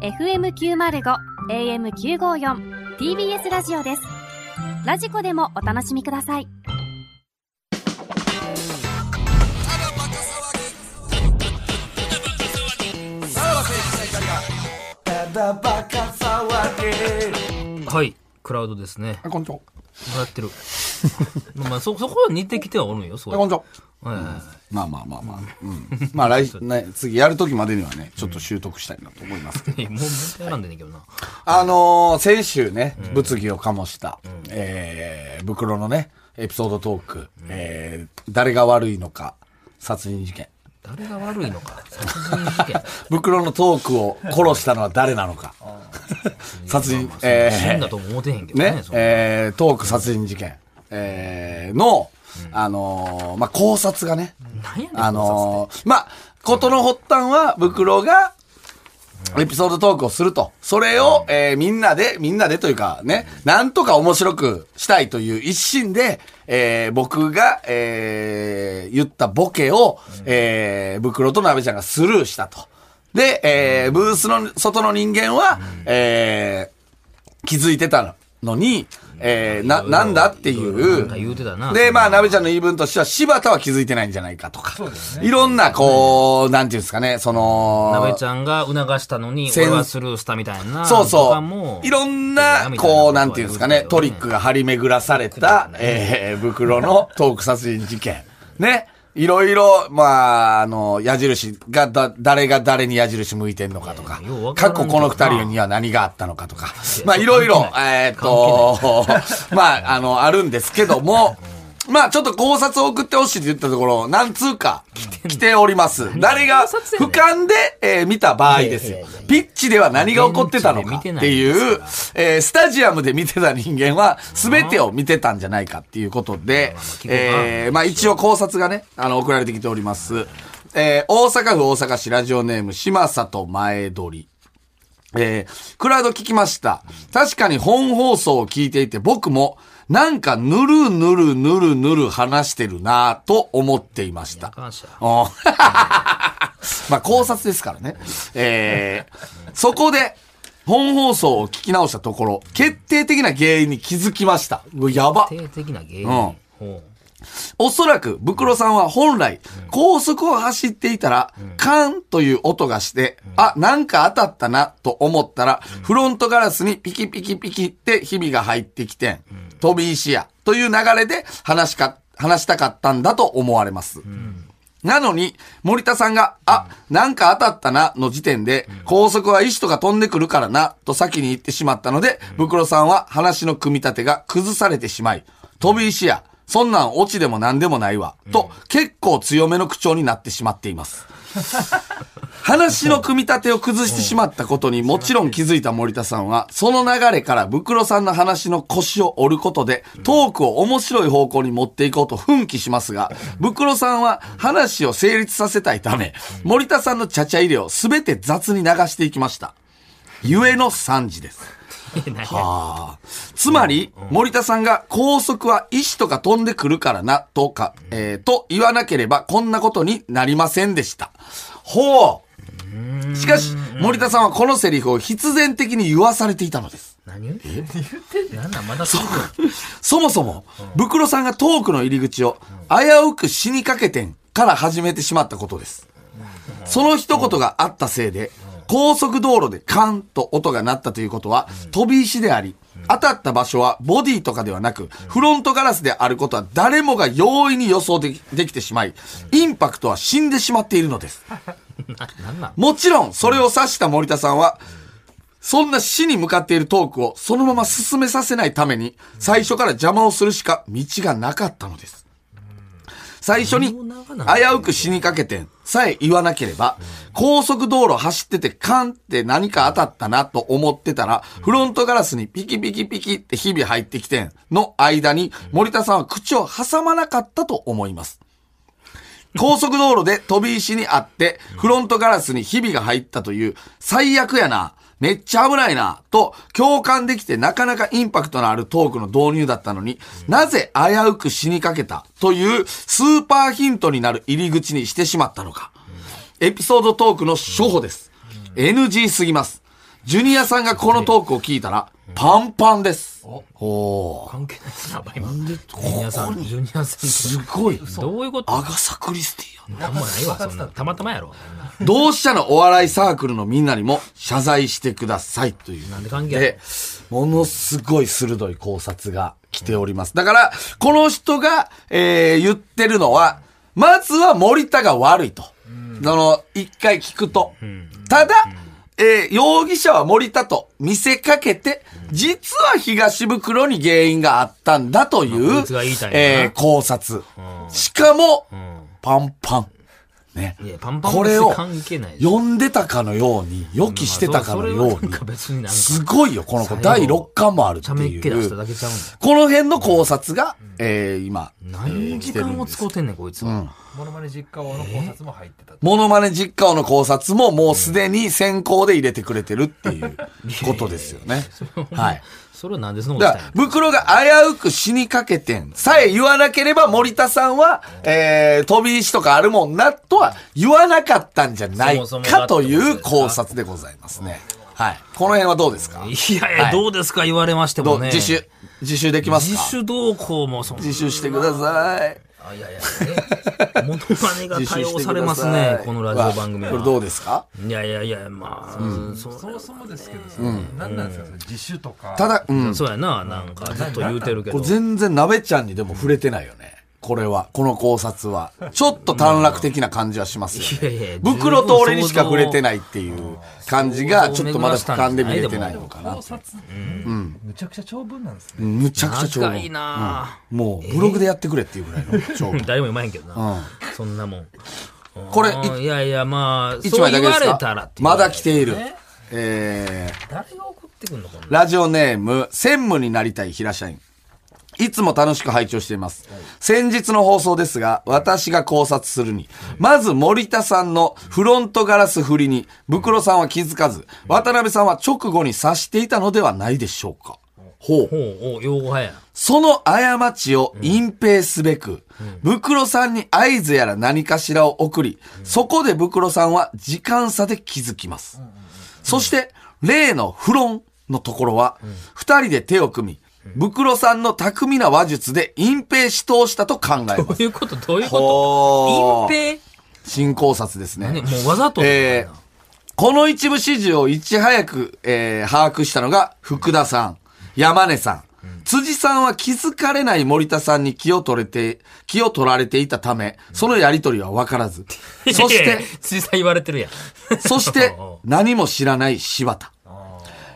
FM905 AM954 TBS ラジオですラジコでもお楽しみくださいはいクラウドですねあこんにちはもらっ てるまあそそこは似てきてはおるんよそあこんうにちははいはいはいまあまあまあまあ、うん、まあ 来、ね、次やる時までにはねちょっと習得したいなと思いますけど、いや もうめっちゃ選んでんねんけどなあのー先週ね、物議を醸した、えー、袋のねエピソードトーク、えー誰が悪いのか殺人事件誰が悪いのか殺人事件袋のトークを殺したのは誰なのか 殺人、 えー死んだとも思てへんけどねねそ、のえー、トーク殺人事件、えー、の、あのーまあ、考察がね、何やねんあのーまあ、ことの発端は、ブクロが、エピソードトークをすると。それを、えーみんなで、みんなでというかね、なんとか面白くしたいという一心で、えー僕が、えー言ったボケを、えー、ブクロと鍋ちゃんがスルーしたと。で、えーブースの外の人間は、えー気づいてたのに、えーな、なんだっていいろいろなんうか言うてたな。で、まあ、鍋ちゃんの言い分としては、柴田は気づいてないんじゃないかとか。いろんな、こう、なんていうんですかね、その、なべちゃんが促したのに、せん俺はスルーしたみたいな。そうとそかもう。いろんな、こう、なんていうんですかね、トリック。が張り巡らされた、えー、袋のトーク殺人事件。ね。いろいろ、まあ、あの、矢印が、だ、誰が誰に矢印向いてんのかとかいやいやよう、わから過んけ去どなこの二人には何があったのかとか、まあ、いやいろいろ関、係ないえーっと、 まあ、あの、あるんですけども、まあ、ちょっと考察を送ってほしいって言ったところ、何通か来ております。誰が考察俯やねん瞰で、えー見た場合ですいよやいやいやい。やピッチでは何何が起こってたのかっていう、えースタジアムで見てた人間は全てを見てたんじゃないかっていうことで、えーまあ一応考察がね、あの、送られてきております。えー大阪府大阪市ラジオネーム、島里前鳥。えークラウド聞きました。確かに本放送を聞いていて、僕も、なんか、ぬるぬるぬるぬる話してるなぁと思っていました。感謝。お まあ考察ですからね。えーそこで、本放送を聞き直したところ、決定的な原因に気づきました。うわやば。定的な芸ん人。ほうおそらく、ブクロさんは本来、高速を走っていたら、カーンという音がして、あ、なんか当たったな、と思ったら、フロントガラスにピキピキピキって日々が入ってきてん、飛び石や、という流れで話しか、話したかったんだと思われます。なのに、森田さんが、あ、なんか当たったな、の時点で、高速は石とか飛んでくるからな、と先に言ってしまったので、ブクロさんは話の組み立てが崩されてしまい、飛び石や、そんなん落ちでも何でもないわ、と、結構強めの口調になってしまっています。話の組み立てを崩してしまったことにもちろん気づいた森田さんは、その流れからブクロさんの話の腰を折ることで、トークを面白い方向に持っていこうと奮起しますが、ブクロさんは話を成立させたいため、森田さんのちゃちゃ入れをすべて雑に流していきました。ゆえの惨事です。ああ。つまり、森田さんが高速は石とか飛んでくるからな、とか、えーと言わなければこんなことになりませんでした。ほう。しかし、森田さんはこのセリフを必然的に言わされていたのです。何言って言ってんなんなんまだそう。そもそも、ブクロさんがトークの入り口を、危うく死にかけてんから始めてしまったことです。その一言があったせいで、高速道路でカンと音が鳴ったということは、飛び石であり、当たった場所はボディとかではなく、フロントガラスであることは誰もが容易に予想できできてしまい、インパクトは死んでしまっているのです。ななんなんもちろん、それを指した森田さんは、そんな死に向かっているトークをそのまま進めさせないために、最初から邪魔をするしか道がなかったのです。最初に、危うく死にかけてんさえ言わなければ、高速道路走っててカンって何か当たったなと思ってたら、フロントガラスにピキピキピキって日々入ってきてんの間に、森田さんは口を挟まなかったと思います。高速道路で飛び石にあって、フロントガラスにひびが入ったという、最悪やな、めっちゃ危ないな、と共感できてなかなかインパクトのあるトークの導入だったのに、なぜ危うく死にかけたというスーパーヒントになる入り口にしてしまったのか。エピソードトークの初歩です。NG すぎます。ジュニアさんがこのトークを聞いたら、パンパンです。おおー関係ないですな、今。ジュニアさん、ジュニアさすごい。ん。どういうことアガサ・クリスティやななんもないわ、そんな。たまたまやろ。同志社のお笑いサークルのみんなにも謝罪してくださいという。なんで関係ないで、ものすごい鋭い考察が来ております。だから、この人が、えー言ってるのは、まずは森田が悪いと。その、一回聞くと。ただ、えー容疑者は森田と見せかけて、実は東袋に原因があったんだという、まあこいつが言いたいんだなえー考察。しかも、パンパン。ね。いや、パンパンこれを関係ないです読んでたかのように、予期してたかのよまあうそれはなんに。か別になんか、すごいよ、この子。最後第6巻もあるってちゃめいっけ出しうた。だけちゃうこの辺の考察が、えー、今、ん何時間を使うてんねん、こいつは。モノマネ実家王の考察も入ってた。モノマネ実況の考察ももうすでに先行で入れてくれてるっていうことですよ ね。はい。それは何でそのことだしかたんらや、袋が危うく死にかけてんさえ言わなければ森田さんは、えー、飛び石とかあるもんなとは言わなかったんじゃないそもそもかだというってこと考ですか察でございますね。はい。この辺はどうですかいやいや、はいどうですか言われましてどもうね。自習、自習できますか自主動向もそんな自習してください。あいやいや、ね、モノマネ自が多習してく用だされますね、このラジオ番組これどは。うですかいやいやいや、まあ、そそうもそもですけどさ、何なんですか、その自首とか。ただ、うん。そうやな、なんかずっと言うてるけこどれ。全然鍋ちゃんにでも触れてないよね。これは、この考察は。ちょっと短絡的な感じはしますよいやいやね。袋と俺にしか触れてないっていう感じが、ちょっとまだ俯瞰で見れてないのかな考。察、うん、むちゃくちゃ長文なんですね。むちゃくちゃ長長い文。な、。もう、ブログでやってくれっていうぐらいの長文 誰も読まへんけどな、うんそんなもん。これ、うんいやいや、まあ、一そう枚だ言けでわすれたらっかていうまだ来ている。えー、誰が送ってくんのかなラジオネーム、専務になりたい平社員。いつも楽しく拝聴しています。先日の放送ですが、私が考察するに、まず森田さんのフロントガラス振りに、袋さんは気づかず、渡辺さんは直後に察していたのではないでしょうか。ほう。ほう、おう、用語派 や。その過ちを隠蔽すべく、袋さんに合図やら何かしらを送り、そこで袋さんは時間差で気づきます。そして、例のフロンのところは、二人で手を組み、袋さんの巧みな話術で隠蔽し通したと考えまどうす。いうことどういうほうこと隠蔽新考察ですね。何もうわざとだよえー この一部指示をいち早く、えー把握したのが福田さん、山根さん。辻さんは気づかれない森田さんに気を取れて、気を取られていたため、そのやりとりは分からず。そしいやいてや、小さい言われてる やん。そしておうおう、何も知らない柴田。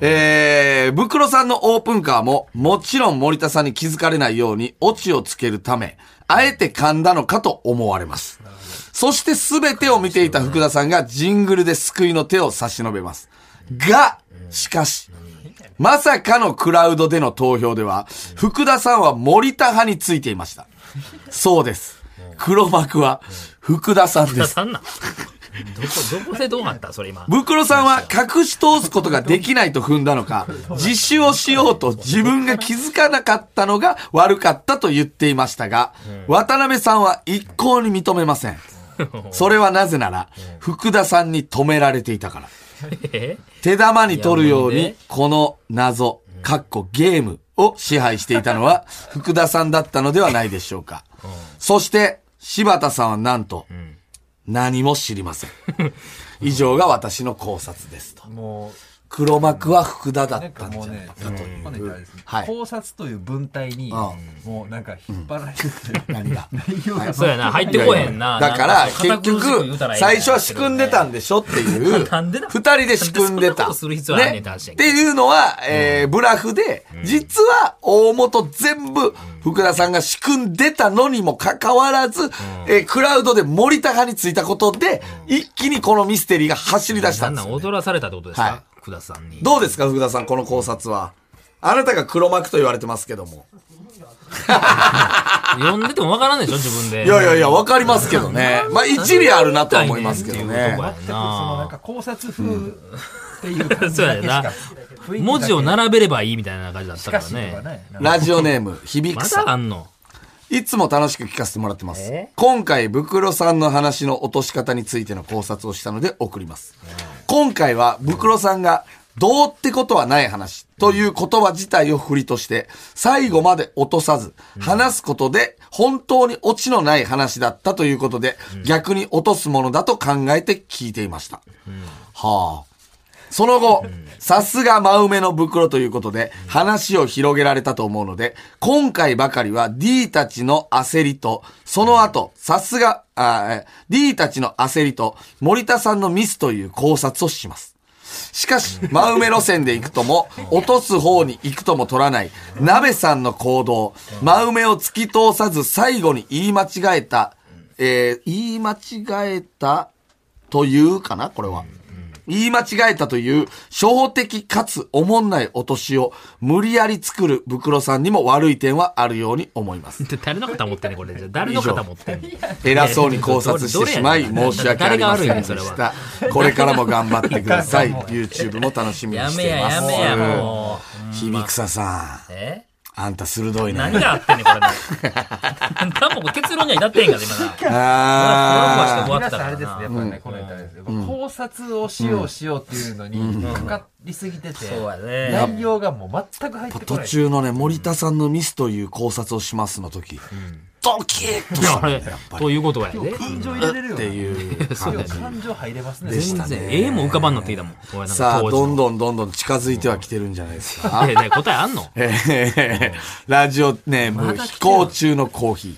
えー、ブクロさんのオープンカーも、もちろん森田さんに気づかれないように、オチをつけるため、あえて噛んだのかと思われます。そして全てを見ていた福田さんがジングルで救いの手を差し伸べます。が、しかし、まさかのクラウドでの投票では、福田さんは森田派についていました。そうです。黒幕は福田さんです。さんなん。どこ、どこでどうなったそれ 今。ブクロさんは隠し通すことができないと踏んだのか、自首をしようと自分が気づかなかったのが悪かったと言っていましたが、渡辺さんは一向に認めません。それはなぜなら、福田さんに止められていたから。え手玉に取るよういやなにんで、この謎、かっこゲームを支配していたのは、福田さんだったのではないでしょうか。そして、柴田さんはなんと、何も知りません。以上が私の考察ですと。も黒幕は福田だう、なんっかたんじもゃうないねか、ちょっと今の言ったらですねはい考察という文体に、うもうなんか引っ張られてて、何が。内容がそうやな、入ってこへんな。だからなん、結堅苦しく言局うたら、ええな最初は仕組んでたんでしょっていう、 なんでな二人で仕組んでなた。んでそんなことする必要あんねんって話やっんけていうのは、えーブラフで、実は大元全部、福田さんが仕組んでたのにもかかわらず、えークラウドで森田派についたことで、一気にこのミステリーが走り出したなんんでなすんよね、踊らされたってことですはか福田さんに。どうですか、福田さん、この考察は。あなたが黒幕と言われてますけども。呼んでてもわからんでしょ自分で。いやいやいや、わかりますけどね。まあ、一理あるなとは思いますけどなんでね言いたいねんっていうとこ。や全くそのなんか考察風っていう感じそうやだなけしか雰囲気だけ文字を並べればいいみたいな感じだったしかからしとかね。ねなんかラジオネーム、響まくさんだ。あんのいつも楽しく聞かせてもらってます。今回、ブクロさんの話の落とし方についての考察をしたので送ります。今回は、ブクロさんがどうってことはない話という言葉自体を振りとして、最後まで落とさず、話すことで本当にオチのない話だったということで、逆に落とすものだと考えて聞いていました。はあ。その後、さすが真梅の袋ということで、話を広げられたと思うので、今回ばかりは D たちの焦りと、その後、さすが、あえ D たちの焦りと、森田さんのミスという考察をします。しかし、真梅路線で行くとも、落とす方に行くとも取らない、鍋さんの行動、真梅を突き通さず最後に言い間違えた、えー言い間違えた、というかなこれは。言い間違えたという、初歩的かつおもんない落としを無理やり作る袋さんにも悪い点はあるように思います。 誰の方持ってんねんこれじゃあ誰の方持ってんねん偉そうに考察してしまい申し訳ありませんでした。これからも頑張ってください。YouTube も楽しみにやしめていやます。やめやも響草さうえん、あんた鋭いね。何があってんねんこれ 何も結論には至ってへんから今なあーふわふわして終わ皆ったさんかあられですね、なやっぱりね、この歌ですね。考察をしようしようっていうのに、かかりすぎてて、そうやね内容がもう全く入ってこ途ない。中のね、森田さんのミスという考察をしますの時、ドキッとしたあねれやっぱり。ということはやで感情入れれるよっなていう感今日じ。感情入れますね。でし全たね然絵も浮かばんなってきたもん俺なん かさあ、当ど時のんどんどんどん近づいては来てるんじゃないですか。ねえねえ答えあんのえーラジオネーム、だ来て飛行中のコーヒー。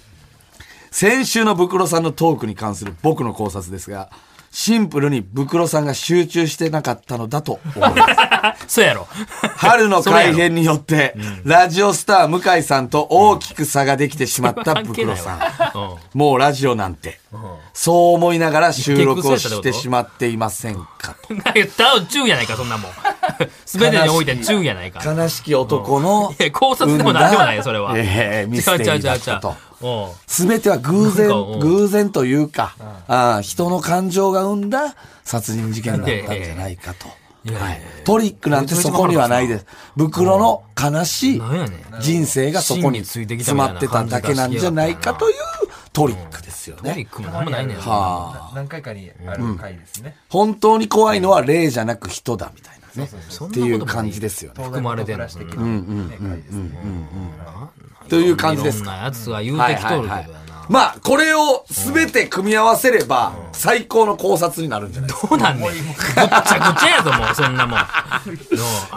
先週のブクロさんのトークに関する僕の考察ですが、シンプルにブクロさんが集中してなかったのだと思います。そうやろ春の改編によって、ラジオスター向井さんと大きく差ができてしまったブクロさん。うんもうラジオなんて、そう思いながら収録をしてしまっていませんかと。言ったチューやないか、そんなもん。すべてにおいてチューやないか。悲しき男のいや、考察でもなんでもないよ、それは。うんええミステリーだっ違たう違う違とう。違う。全ては偶然なんかう、ん偶然というか、ああ人の感情が生んだ殺人事件だったんじゃないかと。いやいやいやはいトリックなんてそこにはないです。袋の悲しいなんやねん人生がそこ芯にについてきた詰みたいまなってただけなんじゃないかというトリックですようん。トリねッ。クもなんもないねん。はあ、何回かにある回ですね。本当に怖いのは霊じゃなく人だみたいなね。そんっなてこともいう感じですよね。含まれてんの東大の暮らし的なね回ですね。という感じですいろかん。なやつが言うはいてきはといるけどはやいな。。まあ、これを全て組み合わせれば、最高の考察になるんじゃないですか。そうなんねん。ぐっちゃぐちゃやぞ、もう、そんなもん。の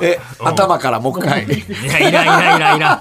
え、頭からもう一回。いや、いらん、いらん、いらん、いら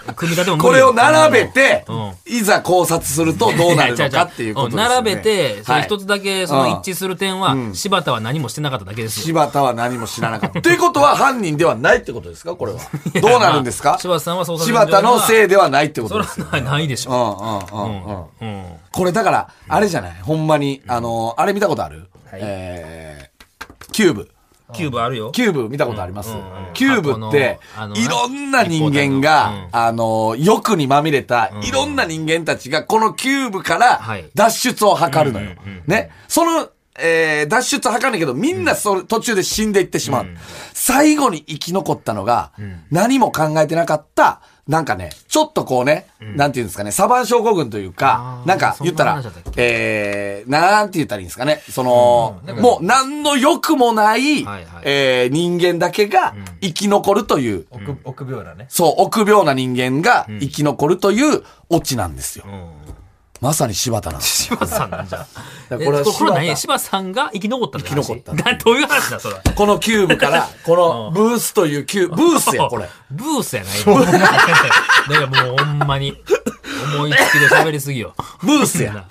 ん。組み立ても 無理これを並べてうん、いざ考察するとどうなるのかっていうことですんよね。並べて、その一つ。つだけ、その一致する点は、柴田は何もしてなかっただけですよ。柴田は何も知らな かった。ということは犯人では ないってことですかこれは。どうなるんですまかあ柴田さんは捜査柴田のせいいではないってこそとれですよ。はないでしうょ。んうんうんうん。うん。これだから、あれじゃないほんまに、あのー、あれ見たことあるえーキューブ。キューブあるよ。キューブ見たことあります、うんうんキューブってあの、いろんな人間うんが、あの、欲にまみれた、いろんな人間たちが、このキューブからはい脱出を図るのよ。ね。その、えー脱出を図るんだけど、みんなそれ途中で死んでいってしまう。最後に生き残ったのが、何も考えてなかった、なんかね、ちょっとこうね、なんていうんですかね、サバン症候群というかあ、ーなんか言ったらそんな話だったっ、えー、なんて言ったらいいんですかね、その、もう何の欲もない、はいはいえー人間だけが生き残るという、臆臆病なね。そう、臆病な人間が生き残るというオチなんですよ。まさに柴田なんです。柴田さんなんじゃん。だからこえこれれはこれ何柴柴田さんが生き残った生生き残っただ、どういう話だ、それ。田。このキューブ から、このブースというキ ューブ、ブースや、これ。。ブースやないよ。だからもうほんまに、思いつきで喋りすぎよ。ブースや。な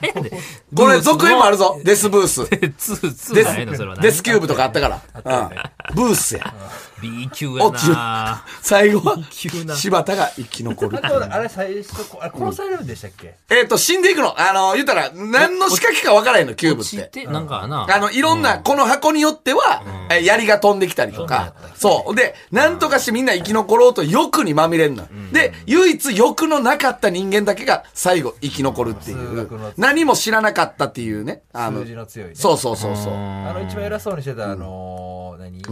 何やで。これ、続編もあるぞ。ぞ。デスブー ス。ツー、ツーデじゃないの、それはス、。デスキューブとかあったから。うん。ブースや。 B 級やな最後は、急な柴田が生き残るあ。と、あれ最初、こあれ殺されるんでしたっけえっと、死んでいくの。あの、言ったら、何の仕掛けか分からへんの、キューブっ。知ってて、なんかな。あの、いろんな、この箱によっては、え槍が飛んできたりとか、そう。で、なんとかしてみんな生き残ろうと欲にまみれんの。で、唯一欲のなかった人間だけが最後生き残るってい数う学の。何も知らなかったっていうね。あの数字、の強いね。そうそうそうそう。あの、一番偉そうにしてた、あのー、何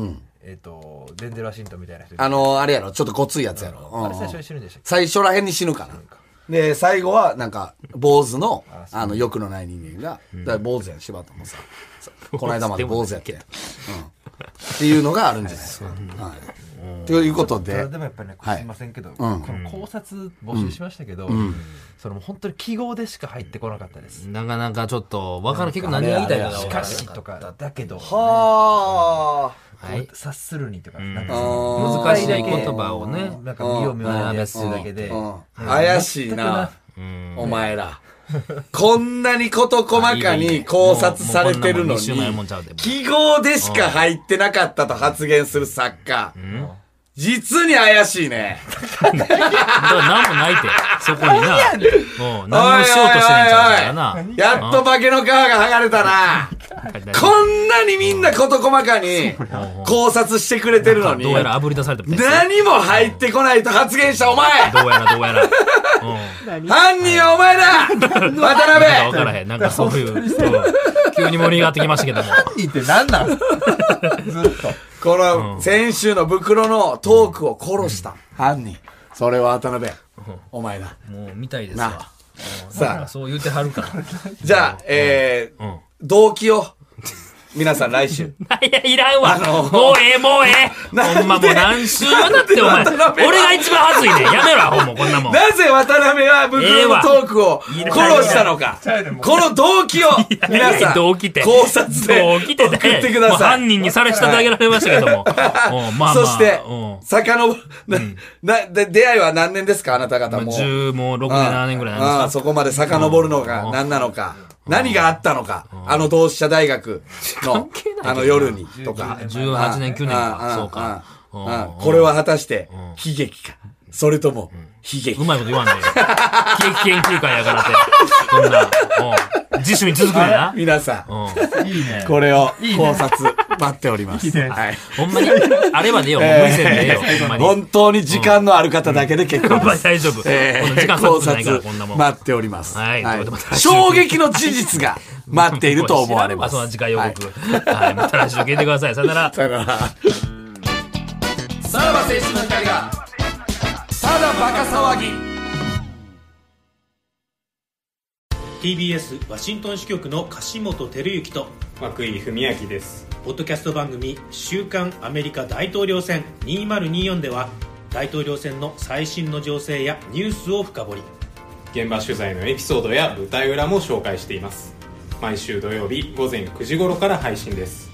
えっと、デンゼル・ワシントンみたいな人。あの、あれやろ、ちょっとごついやつやろ。うんあれ最初に死ぬんでしたっけ最初らへんに死ぬから。で、最後は、なんか、坊主の、あの、欲の ない人間が、だから坊主やん、柴田もさ。この間まで坊主やって。うん。っていうのがあるんじゃないですか。はい、ということでで、もやっぱりね、はいすいませんけど、うんこの考察募集しましたけど、それも本当に記号でしか入ってこなかったです。なかなかちょっと、わからん、結構何が言いたいかがし分からんしとか、だけど、ははい。察するにとか、なんかあ難しい言葉をね。なんか、見よう見まねでやってるだけで、うんは怪しいな、お前 ら。こんなに事細かに考察されてるのもうもうこんなもん一周前もんにちゃうでもう、記号でしか入ってなかったと発言する作家。実に怪しいね。だから何もないて、そこにな。うん、何もしようとしてないんちゃうからな。やっと化けの皮が剥がれたな。こんなにみんな事細かに考察してくれてるのにどう、やら炙り出されたみたいです何も入ってこないと発言したお前どうやらどうやら。うん。犯人はお前 だ渡なんか分辺からへん。なんかそういう、うん急に盛り上がってきましたけども。犯人って何なんずっと。この先週の袋のトークを殺した犯人。それは渡辺。お前だ。もう見たいですなわ。。さあ、そう言ってはるから。じゃあ、えーうん動機を、皆さん来週。いや、いらんわ。あのもうええ、もうえなんでえ。ほんまもう何週もだって、おなん前。で渡辺は俺が一番恥ずいねん。やめろ、ほんま、こんなもん。なぜ渡辺は袋のトークを殺したのか。この動機を、皆さん、同期って。考察で同送期ってねってくだもうさい犯。人にされ仕立て上げられましたけど も。うんまあまあ。そしてうん、遡、な、な、で、出会いは何年ですかあなた方も。 10もう6年7年ぐらいにあなあんですそこまで遡るのが何なのか、何があったのか、あの同志社大学の、あの夜に、とか。か18年9年あかあそうかああうんああこれは果たして、悲劇か。それとも、悲劇う。まいこと言わんで、ね、危険休暇やからってこんなうん自主に続くねんな、皆さん、うん、これを考察待っております。はい。ほんまにあればでよもう無理せんでええよほんまに本当に時間のある方だけで結構ほんまでにす。大丈夫、えこんな時ー間考差つないから察こんなもん、待っております。はいはということでい衝撃の事実が待っていると思われます 知。らんわその次回予告はい、また来週聞いてくださいさよならさよなら。さらば青春の光が、ただバカ騒ぎ。 TBS ワシントン支局の樫本照之と涌井文明ですポッドキャスト番組「週刊アメリカ大統領選2024」では大統領選の最新の情勢やニュースを深掘り現場取材のエピソードや舞台裏も紹介しています毎週土曜日午前9時頃から配信です